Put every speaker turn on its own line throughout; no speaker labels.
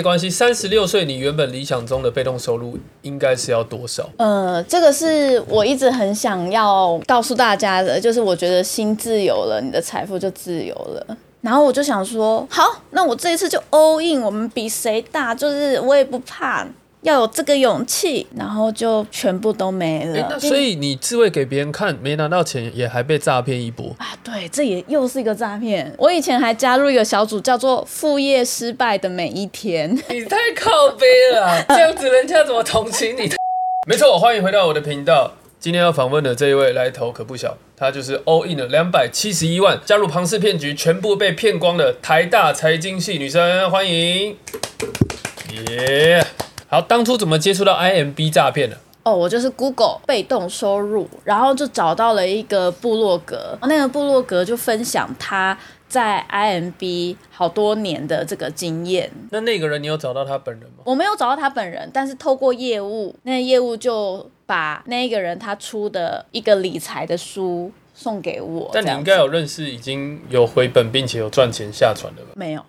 没关系，三十六岁，你原本理想中的被动收入应该是要多少？
呃，这个是我一直很想要告诉大家的，就是我觉得心自由了，你的财富就自由了。然后我就想说，好，那我这一次就 all in，我们比谁大，就是我也不怕，要有这个勇气。然后就全部都没
诶
了
那。所以你自慰给别人看，没拿到钱，也还被诈骗一波。
啊，对，这也又是一个诈骗。我以前还加入一个小组，叫做“副业失败的每一天”。
你太靠背了啊、这样子人家怎么同情你？ 没错，欢迎回到我的频道。今天要访问的这一位来头可不小，他就是 all in 了两百七十一万，加入庞氏骗局，全部被骗光的台大财经系女生，欢迎。耶、好，当初怎么接触到 IMB 诈骗的？
哦，我就是 Google 被动收入，然后就找到了一个部落格，那个部落格就分享他在 IMB 好多年的这个经验。
那那个人，你有找到他本人吗？
我没有找到他本人，但是透过业务，那个业务就把那个人他出的一个理财的书送给我。
但你
这样
应该
子
有认识已经有回本并且有赚钱下船的吧？
没有？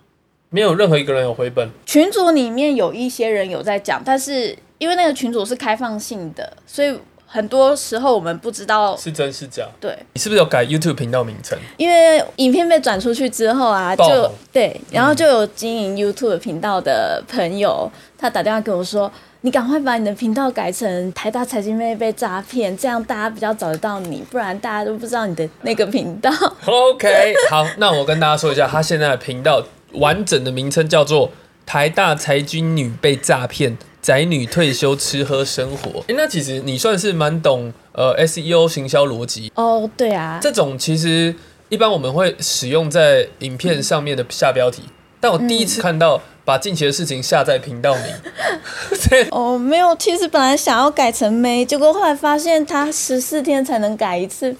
没有任何一个人有回本。
群组里面有一些人有在讲，但是因为那个群组是开放性的，所以很多时候我们不知道。
是真是假？
对，
你是不是有改 YouTube 频道名 称？
因为影片被转出去之后啊，
爆
就
红嗯
对，然后就有经营 YouTube 频道的朋友，他打电话给我说：“你赶快把你的频道改成台大财经妹被诈骗，这样大家比较找得到你，不然大家都不知道你的那个 频道。
OK，好，那我跟大家说一下，他现在的频道完整的名称叫做“台大财经女被诈骗，宅女退休吃喝生活”诶那其实你算是蛮懂呃 SEO 行销逻辑”，
哦，对啊，
这种，其实一般我们会使用在影片上面的下标题。但我第一
嗯
次看到把近期的事情下在频道名， 这
哦，没有，其实本来想要改成妹，结果后来发现他十四天才能改一 次，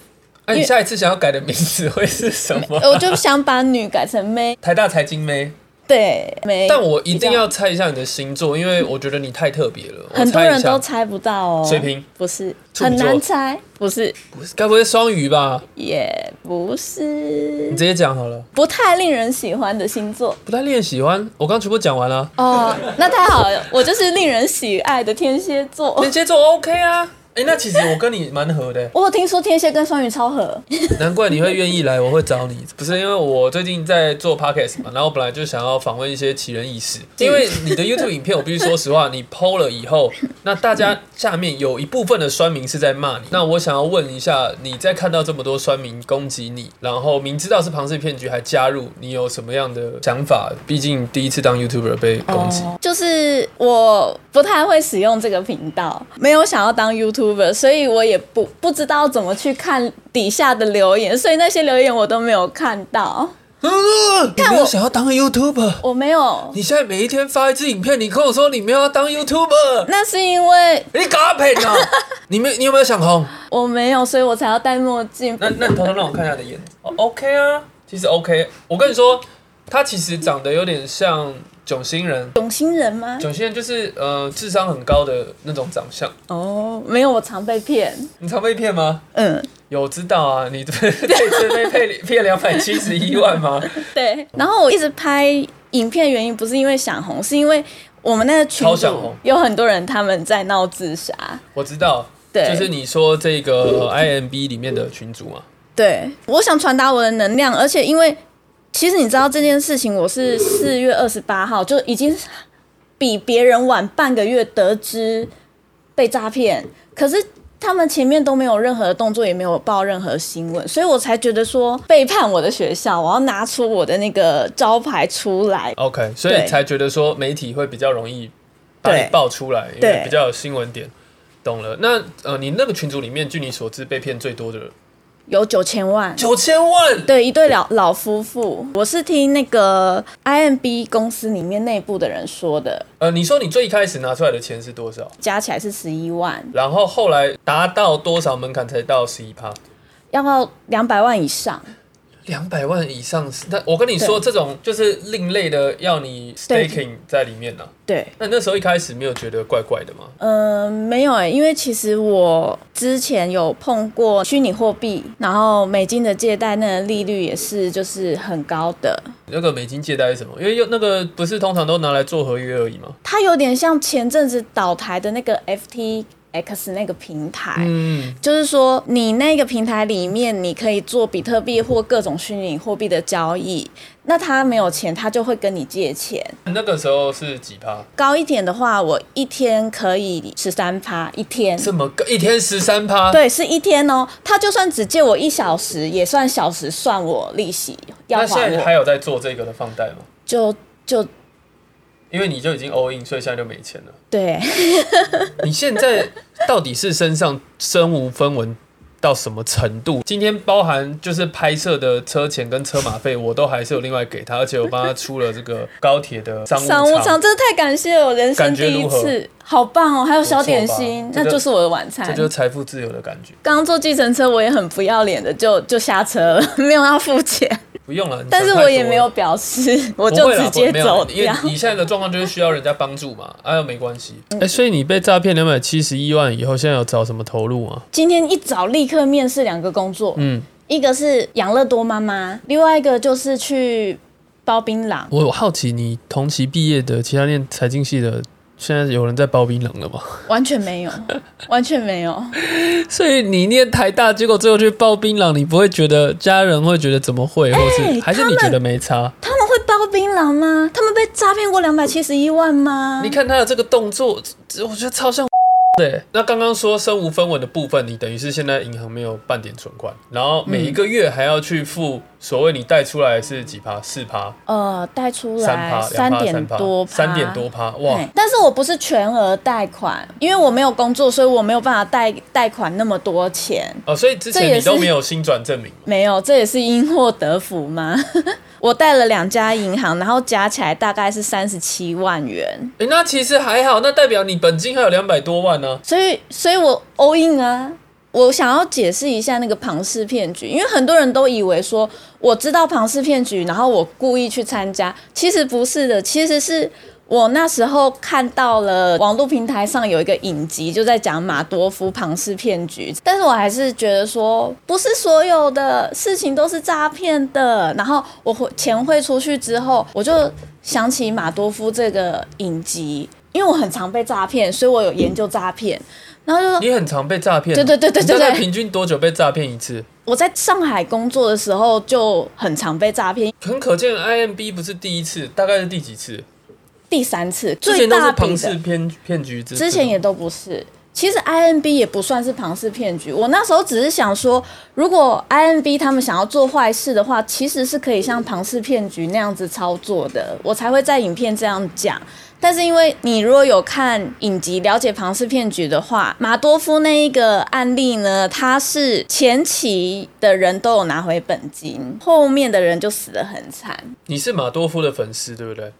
那、你下一次想要改的名字会是什么？
我哎就想把女改成妹，
台大财经妹，
对，妹。
但我一
比较
定要猜一下你的星座，因为我觉得你太特别了。我
很多
猜一
人
下
都猜不到哦，
水瓶
不是，
处女
很
座
难猜，不是，
不是该不会双鱼吧？
也不是
你，直接讲好了，
不太令人喜欢的星座
不太令人喜欢。我刚全部讲完了，
哦。那太好了，我就是令人喜爱的天蝎座
天。蝎座 OK 啊。哎、那其实我跟你蛮合的、
我有听说天蝎跟双鱼超合，
难怪你会愿意来，我会找你。不是因为我最近在做 podcast 嘛，然后我本来就想要访问一些奇人异事，因为你的 YouTube 影片，我必须说实话，你 PO 了以后，那大家下面有一部分的酸民是在骂你。那我想要问一下，你在看到这么多酸民攻击你，然后明知道是庞氏骗局还加入，你有什么样的想法？毕竟第一次当 YouTuber 被攻击。
哦就是我不太会使用这个频道，没有想要当 YouTuber，所以我也不不知道怎么去看底下的留言，所以那些留言我都没有看到，
嗯你没有想要当 YouTuber？
我没有。
你现在每一天发一支影片，你跟我说你没有要当 YouTuber？
那是因为
你搞骗啊！你没你有没有想红？
我没有，所以我才要戴墨镜。
那那你偷偷让我看一下你的眼哦，OK 啊，其实 OK。我跟你说，他其实长得有点像囧星人，
囧星人吗？
囧星人就是呃智商很高的那种长相。
哦，没有，我常被骗。
你常被骗吗？
嗯，
有知道啊？你 这次被骗骗两百七十一万吗？
对。然后我一直拍影片，原因不是因为想红，是因为我们那个群
超想
组
红
有很多人他们在闹自杀。
我知道，
对
就是你说这个呃 IMB 里面的群主嘛。
对，我想传达我的能量，而且因为其实你知道这件事情，我是四月二十八号就已经比别人晚半个月得知被诈骗，可是。他们前面都没有任何的动作，也没有报任何新闻，所以我才觉得说背叛我的学校，我要拿出我的那个招牌出来。
OK，所以
对
才觉得说媒体会比较容易把你
对
爆出来，因为
对
比较有新闻点。懂了，那呃，你那个群组里面，据你所知被骗最多的
有九千万。
九千万，
对，一对老老夫妇，我是听那个 IMB 公司里面内部的人说的，
呃，你说你最一开始拿出来的钱是多少？
加起来是十一万，
然后后来达到多少门槛才到十一趴？
要不要两百万以上？
两百万以上是，那我跟你说，这种就是另类的，要你
对
staking 在里面呢、啊
对，
那你那时候一开始没有觉得怪怪的吗？
嗯、没有哎、因为其实我之前有碰过虚拟货币，然后美金的借贷，那个利率也是就是很高的，
那个美金借贷是什么？因为又那个不是通常都拿来做合约而已吗？
它有点像前阵子倒台的那个 FTX 那个平台。
嗯，
就是说，你那个平台里面，你可以做比特币或各种虚拟货币的交易。那他没有钱，他就会跟你借钱。
那个时候是几趴？
高一点的话，我一天可以十三趴，一天。
这么高，一天十三趴，
对，是一天哦。他就算只借我一小时，也算小时算我利息要
那现
还
在还
我。
有在做这个的放贷吗？
就就
因为你就已经 all in，所以现在就没钱了。
对，
你现在到底是身上身无分文到什么程度？今天包含就是拍摄的车钱跟车马费，我都还是有另外给他，而且我帮他出了这个高铁的商务
商务舱
舱。
真的太感谢了我人生
感觉
第一
如何
次，好棒哦！还有小
不错
点
吧
心，
这
那
就
就是我的晚餐
这。就是财富自由的感觉。
刚坐计程车，我也很不要脸的就就下车了， 没有要付钱，
不用了，你
但是
想太
我也
多
没有
了，
表 示，我
我
就直接走
因为
掉。
你现在的状况就是需要人家帮助嘛，哎、没关系。
嗯
哎、所以你被诈骗两百七十一万以后，现在有找什么投入吗？
今天一早立刻面试两个工作，
嗯，
一个是养乐多妈妈，另外一个就是去包槟榔。
我有好奇，你同期毕业的其他念财经系的，现在有人在包槟榔了吗？
完全没有，完全没有。
所以你念台大，结果最后去包槟榔，你不会觉得家人会觉得怎么会，
哎
或是还是你觉得没差？
他们会包槟榔吗？他们被诈骗过两百七十一万吗
你？看他的这个动作，这我觉得超像 的。那刚刚说身无分文的部分，你等于是现在银行没有半点存款，然后每一个月还要去付所谓你贷出来是几趴，四趴、
呃，贷出
三
来
趴、两趴、
点
三趴、
多，
三点多。趴，哇
对！，但是我不是全额贷款，因为我没有工作，所以我没有办法贷贷款那么多钱。
哦，所以之
这也
前你
是
都没有新转证明，
没有，这也是因祸得福吗？ 我贷了两家银行，然后加起来大概是三十七万元，
诶那其实还好，那代表你本金还有两百多万呢、
所以，所以我 all in 啊。我想要解释一下那个庞氏骗局，因为很多人都以为说我知道庞氏骗局，然后我故意去参加，其实不是的，其实是我那时候看到了网络平台上有一个影集，就在讲马多夫庞氏骗局，但是我还是觉得说，不是所有的事情都是诈骗的。然后我回钱汇出去之后，我就想起马多夫这个影集，因为我很常被诈骗，所以我有研究诈骗。然后就说
你很常被诈骗，
哦对对对对对对
你大概平均多久被诈骗一次？
我在上海工作的时候就很常被诈骗，
很可见，IMB 不是第一次，大概是第几次？
第三次
之前
最
都是
大笔
庞氏
的。
骗骗局之，
之前也都不是。其实 INB 也不算是庞氏骗局，我那时候只是想说，如果 INB 他们想要做坏事的话，其实是可以像庞氏骗局那样子操作的，我才会在影片这样讲。但是因为你如果有看影集了解庞氏骗局的话，马多夫那一个案例呢，他是前期的人都有拿回本金，后面的人就死得很惨。
你是马多夫的粉丝，对不对？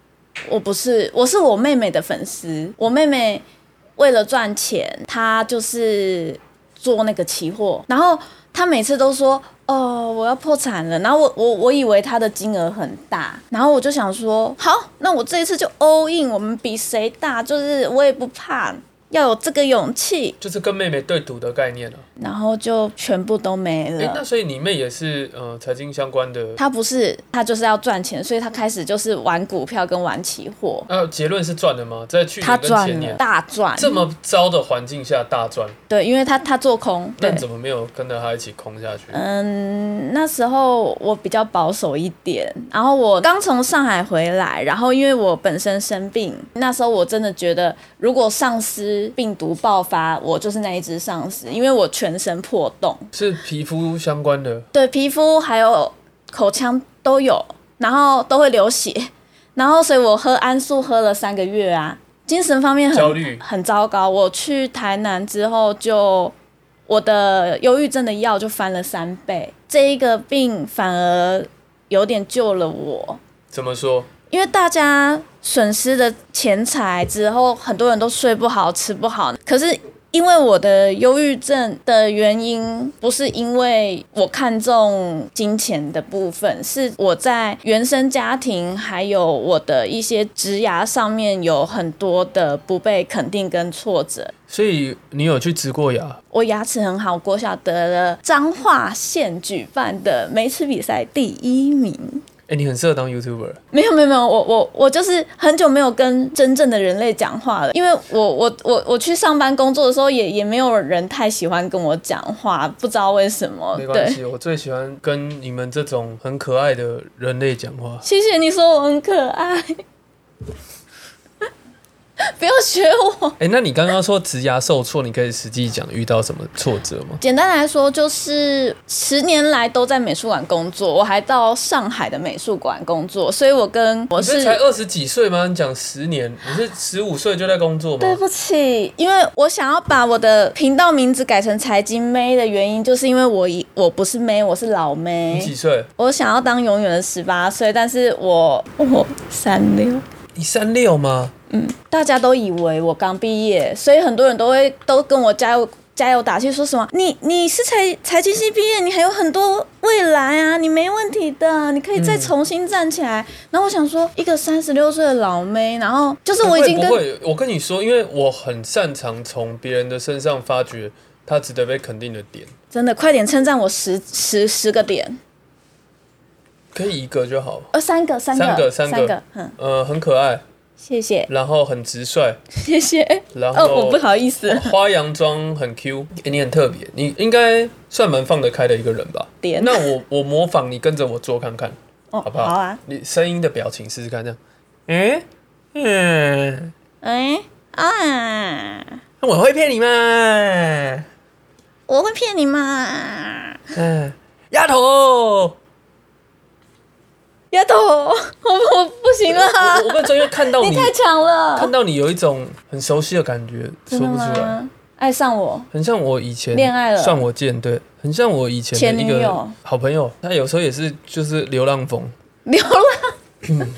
我不是，我是我妹妹的粉丝。我妹妹为了赚钱，她就是做那个期货，然后她每次都说：“哦，我要破产了。”然后我我我以为她的金额很大，然后我就想说：“好，那我这一次就 all in，我们比谁大，就是我也不怕，要有这个勇气。
就是跟妹妹对赌的概念啊。”
然后就全部都没
哎、那
了。
所以你妹也是呃财经相关的，
她不是，她就是要赚钱，所以她开始就是玩股票跟玩期货。
那、啊结论是赚的吗？在去
她
年跟前
赚了，
年
大赚。
这么糟的环境下大赚，
对，因为他他做空，
那
对
你，怎么没有跟着她一起空下去？
嗯，那时候我比较保守一点，然后我刚从上海回来，然后因为我本身生病，那时候我真的觉得，如果丧尸病毒爆发，我就是那一只丧尸，因为我全身破洞，
是皮肤相关的，
对皮肤还有口腔都有，然后都会流血， 然后所以我喝安素喝了三个月啊，精神方面很
焦 虑
很糟糕。我去台南之后就。我的忧郁症的药就翻了三倍，这一个病反而有点救了我，
怎么说？
因为大家损失的钱财之后，很多人都睡不好、吃不好，可是因为我的忧郁症的原因，不是因为我看重金钱的部分，是我在原生家庭还有我的一些职涯上面有很多的不被肯定跟挫折。
所以你有去植过牙？
我牙齿很好，国小得了彰化县举办的每次比赛第一名。
哎、你很适合当 YouTuber。
没有没有没有，我我我就是很久没有跟真正的人类讲话了，因为我我我我去上班工作的时候也，也没有人太喜欢跟我讲话，不知道为什么。
没关
哦对，
系，我最喜欢跟你们这种很可爱的人类讲话。
谢谢你说我很可爱， 不要学我。
哎、那你刚刚说植牙受挫，你可以实际讲遇到什么挫折吗？
简单来说，就是十年来都在美术馆工作，我还到上海的美术馆工作，所以我跟我
你不
是
是才二十几岁吗？你讲十年，你是十五岁就在工作
对
吗？
不起，因为我想要把我的频道名字改成财经妹的原因，就是因为我一我不是妹，我是老
你
妹
几。岁？
我想要当永远的十八岁，但是我我三六，
你三六吗？
大家都以为我刚毕业，所以很多人都会都跟我加油加油打气，说什么你你是财财经系毕业，你还有很多未来啊，你没问题的，你可以再重新站起来。然后我想说，一个三十六岁的老妹，然后就是我已经
哎不
跟
会，不会我跟你说，因为我很擅长从别人的身上发掘他值得被肯定的点，
真的快点称赞我十十十个点。
可以一个就好。
呃，三个，三个，
三个三个
嗯，
呃，很可爱，
谢谢，
然后很直率，
谢谢。
然后
哦，我不好意思，
花洋装很 Q，、欸、你很特别，你应该算蛮放得开的一个人 吧？
点
那我我模仿你，跟着我做看看，
哦，
好不
好
好？
啊，
你声音的表情试试看，这样，诶，嗯，
哎啊，
我会骗你吗？
我会骗你吗？
嗯，丫头，
丫头，我我不行
我
了，
我跟周月看 到
你
哦你，
太强
看
了，
到你有一种很熟悉的感觉，说
真的
不出来，
吗？爱上我，
很像我以前
恋爱了
算我贱，对，很像我以前的一
前女
个
友
好朋友，他有时候也是就是流浪风。
流浪，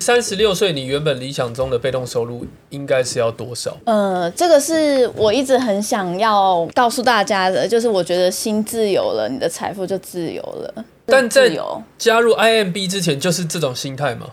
三十六岁，你原本理想中的被动收入应该是要多少？
呃，这个是我一直很想要告诉大家的，就是我觉得心自由了，你的财富就自由了，
但在
自由。
加入 IMB 之前就是这种心态嘛？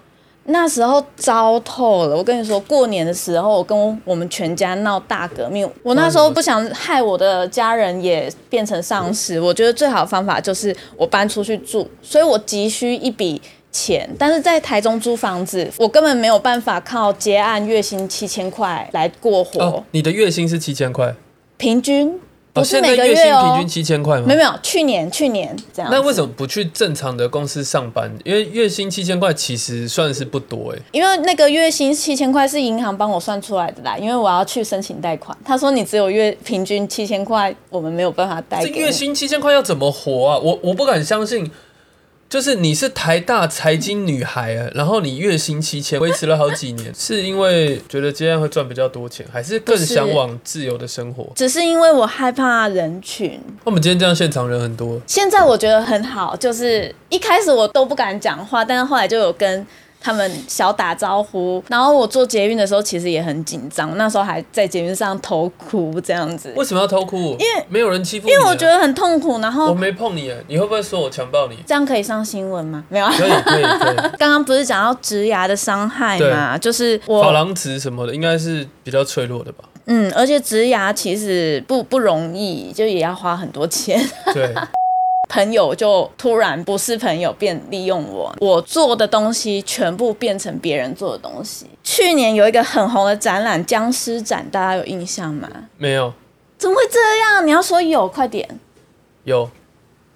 那时候糟透了，我跟你说，过年的时候我跟我们全家闹大革命。我那时候不想害我的家人也变成丧尸，我觉得最好的方法就是我搬出去住，所以我急需一笔钱。但是在台中租房子，我根本没有办法靠结案月薪七千块来过活，
哦，你的月薪是七千块，
平均
哦，
不是
现在
每个
月薪
月
平
哦
均，七千块吗
没有？没有，去年去年这样子。
那为什么不去正常的公司上班？因为月薪七千块其实算是不多哎、
因为那个月薪七千块是银行帮我算出来的啦，因为我要去申请贷款。他说你只有月平均七千块，我们没有办法贷
这
给
月
你。
薪七千块要怎么活啊？我我不敢相信，就是你是台大财经女孩、啊，然后你月薪七千，维持了好几年，是因为觉得接案会赚比较多钱，还是更
不是
向往自由的生活？
只是因为我害怕人群。
我们今天这样现场人很多，
现在我觉得很好，就是一开始我都不敢讲话，但是后来就有跟他们小打招呼。然后我做捷运的时候其实也很紧张，那时候还在捷运上偷哭这样子，
为什么要偷哭？因
为
没有人欺负你、啊，
因为我觉得很痛苦。然
我
后
没碰你、啊，你会不会说我强暴你？
这样可以上新闻吗？没有啊。
可以可以可以，
刚刚不是讲到植牙的伤害嘛，就是我
珐琅质什么的应该是比较脆弱的 吧？
嗯，而且植牙其实不不容易，就也要花很多钱。
对，
朋友就突然不是朋友，变利用我，我做的东西全部变成别人做的东西。去年有一个很红的展览——僵尸展，大家有印象吗？
没有
怎么会这样？你要说有，快点。
有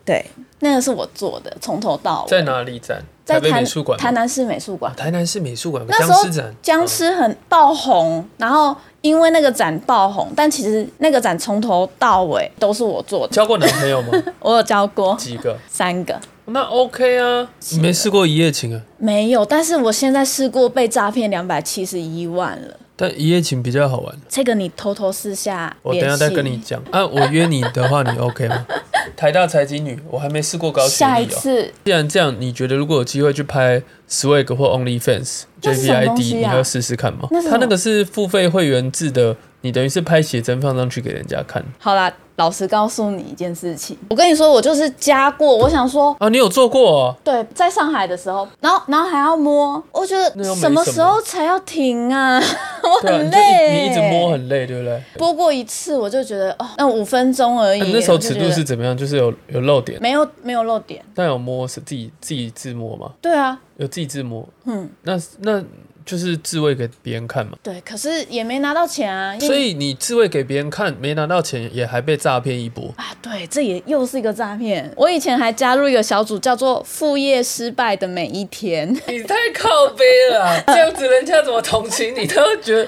对，那个是我做的，从头到尾。
在哪里展？
在
台北
台
美术馆吗，
台南市美术馆。
台南市美术馆有个
那时
僵
候
尸展，嗯哦
僵尸很爆红，然后因为那个展爆红，但其实那个展从头到尾都是我做的，
交过男朋友吗？
我有教过
几个？
三个，
那 OK 啊，你没试过一夜情啊？
没有，但是我现在试过被诈骗两百七十一万了，
但一夜情比较好玩，
这个你偷偷私下
我等一下再
联系
跟你讲啊。我约你的话，你 OK 吗？台大财经女，我还没试过高学
下一
历哦。
次
既然这样，你觉得如果有机会去拍 Swag 或 OnlyFans
那是什么
JPID，、
东西啊
你要试试看吗？
那是什
它
么
那个是付费会员制的，你等于是拍写真放上去给人家看
好啦，老实告诉你一件事情，我跟你说，我就是加过，我想说，
啊？你有做过、哦？
对，在上海的时候，然后然后还要摸，我觉
那又
得
没
什么
什么
时候才要停啊？ 我
对啊，
很
你
累
就
欸、
一你一直摸很累，对不对？
播过一次，我就觉得哦，那五分钟而已。
那时候
我就
尺
觉
度
得
是怎么样？就是有有漏点，
没有没有漏点。
但有摸是自己自己自摸嘛？
对啊，
有自己自摸，
嗯，
那那就是自慰给别人看嘛。
对，可是也没拿到钱啊。因为
所以你自慰给别人看，没拿到钱，也还被诈骗一波。
啊，对，这也又是一个诈骗。我以前还加入一个小组，叫做“副业失败的每一天”。
你太靠背了 啊，这样子人家怎么同情你？他会觉得。哎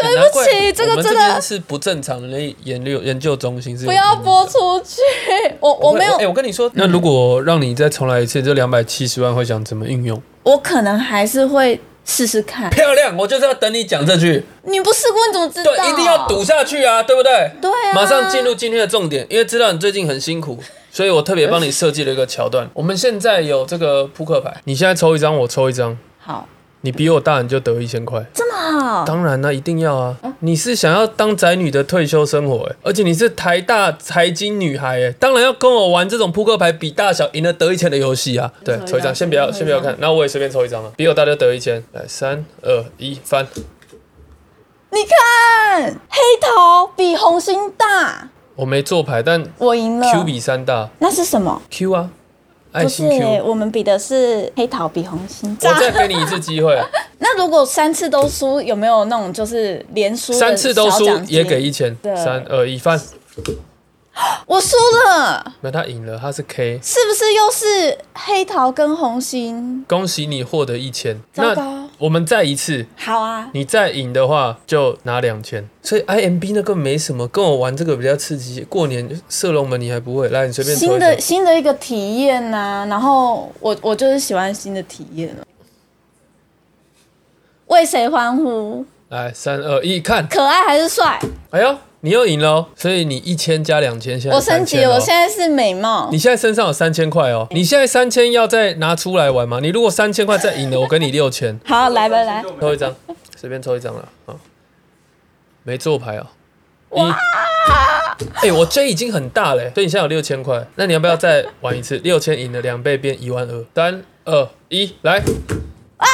对
不起这个真的
是不正常的。那研究研究中心是
不要播
出，
出去， 我我没有
哎、，我跟你说，那如果让你再重来一次，这两百七十万会想怎么运用？
我可能还是会试试看。
漂亮，我就是要等你讲这句，
你不试过你怎么知道？
对，一定要赌。下去啊，对不对？
对啊
马上进入今天的重点，因为知道你最近很辛苦，所以我特别帮你设计了一个桥段。我们现在有这个扑克牌，你现在抽一张，我抽一张，
好，
你比我大，你就得一千块。
这么好，
当然啦、一定要啊！你是想要当宅女的退休生活、欸，而且你是台大财经女孩、欸，当然要跟我玩这种扑克牌比大小赢了得一千的游戏啊！对，抽
抽
一张，
一张
先不要，
抽一张
先不要看，那我也随便抽一张啊，比我大就得一千，来，三二一，翻，
你看黑桃比红心大，
我没做牌，但
我赢了。
Q 比三大
那是什么？
，Q 啊，爱
不是欸
心，Q，
我们比的是黑桃比红心
我
大。
再给你一次机 会，啊
那如果三次都输，有没有那种就是连输的
三次都
小
输
奖金
也给一千，
对
三二一，翻，
我输了，
那他赢了，他是 K。
是不是又是黑桃跟红心？
恭喜你获得一千，
糟糕
那我们再一次，
好啊，
你再赢的话就拿两千，所以 IMB 那个没什么，跟我玩这个比较刺激。过年射龙门你还不会，来你随便抽
新
一张
的。新的一个体验呐、然后我我就是喜欢新的体验了。为谁欢呼？
来三二一，看，
可爱还是帅？
哎呦，你又赢了哦，所以你一千加两千，现在
我升级了，
3000哦
我现在是美貌
你。现在身上有三千块哦，你现在三千要再拿出来玩吗？你如果三千块再赢了，我给你六千，
好，来吧，来，
抽一张，随便抽一张了啊，没做牌哦。一，哎、我 J 已经很大了，欸所以你现在有六千块，那你要不要再玩一次？ 六千赢了两倍变一万二，三二一，来！啊，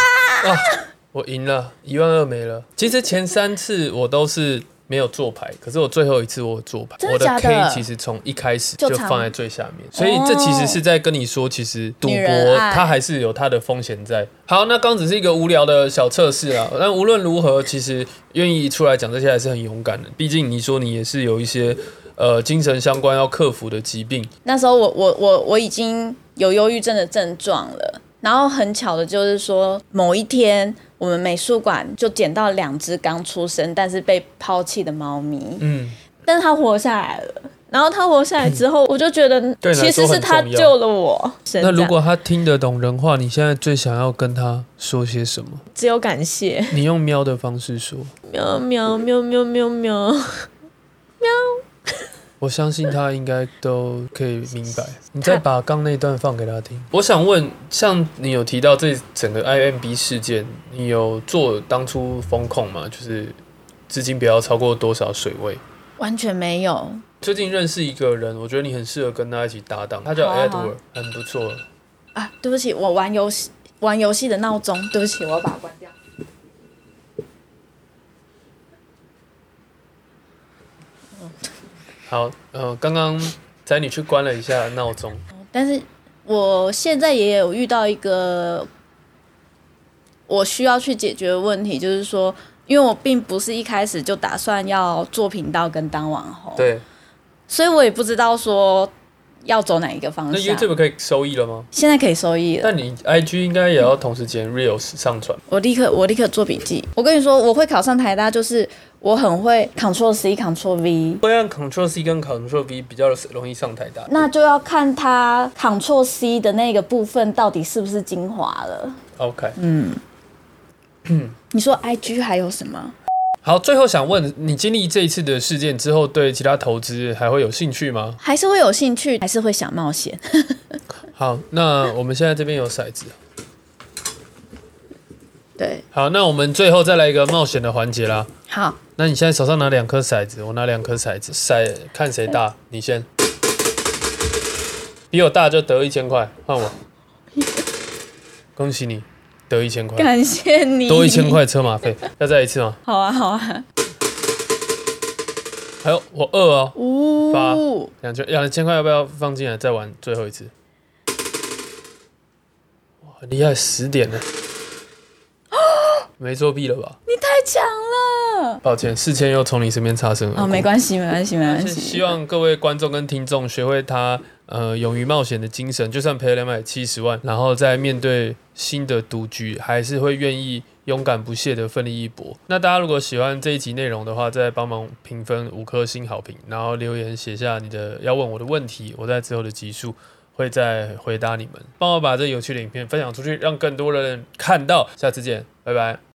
我赢了，一万二没了。其实前三次我都是没有做牌，可是我最后一次我有做牌，
真的
我
假的
K 其实从一开始就
就藏
放在最下面，所以这其
哦
实是在跟你说，其实赌
女
博
人爱
它还是有它的风险在。好，那刚只是一个无聊的小测试啊，但无论如何，其实愿意出来讲这些还是很勇敢的，毕竟你说你也是有一些。呃，精神相关要克服的疾病，
那时候我我我我已经有忧郁症的症状了，然后很巧的就是说，某一天我们美术馆就捡到两只刚出生但是被抛弃的猫咪，
嗯，
但它活下来了。然后它活下来之后，我就觉得
对你来
其
说
实
很
是它
重要
救了我。是
那
这
如
样
果他听得懂人话，你现在最想要跟他说些什么？
只有感谢。
你用喵的方式说，
喵喵喵喵喵喵，
我相信他应该都可以明白。你再把刚那段放给他听。 我想问，像你有提到这整个 IMB 事件，你有做当初风控吗？就是资金不要超过多少水位？
完全没有，
最近认识一个人，我觉得你很适合跟他一起搭档，他叫
好啊好啊
Edward，很不错。
啊，对不起，我玩游戏玩游戏的闹钟，对不起，我要把它关掉。
好，呃，刚刚在你去关了一下闹钟，
但是我现在也有遇到一个我需要去解决的问题，就是说，因为我并不是一开始就打算要做频道跟当网红，，
对，
所以我也不知道说要走哪一个方
那
向。
YouTube 可以收益了吗？
现在可以收益了，
但你 IG 应该也要同时间 Reels 上传。
我立刻我立刻做笔记。我跟你说，我会考上台大，就是我很会 Ctrl C Ctrl V。
会按 Ctrl C 跟 Ctrl V 比较容易上台大。
那就要看它 Ctrl C 的那个部分到底是不是精华了。
OK，
你说 IG 还有什么？
好，最后想问你，经历这一次的事件之后，对其他投资还会有兴趣吗？
还是会有兴趣，还是会想冒险。
好，那我们现在这边有骰子。
对，
好，那我们最后再来一个冒险的环节啦。
好，
那你现在手上拿两颗骰子，我拿两颗骰子，骰看谁大，你先。比我大就得一千块，换我。恭喜你，得一千块，
感谢你，
多一千，块车马费。要再一次吗？
好啊好啊，
还有我饿哦，八
呜，
两千两千块要不要放进来再玩最后一次？哇，很厉害，十点 了，没作弊了吧？
你太强了，
抱歉，四千又从你身边擦身而过。
哦，没关系没关系没关
是
系，
希望各位观众跟听众学会他呃勇于冒险的精神，就算赔了两百七十万，然后在面对新的赌局，还是会愿意勇敢不懈的奋力一搏。那大家如果喜欢这一集内容的话，再帮忙评分五颗星好评，然后留言写下你的要问我的问题，我在之后的集数。会再回答你们，帮我把这有趣的影片分享出去，让更多的人看到。下次见，拜拜。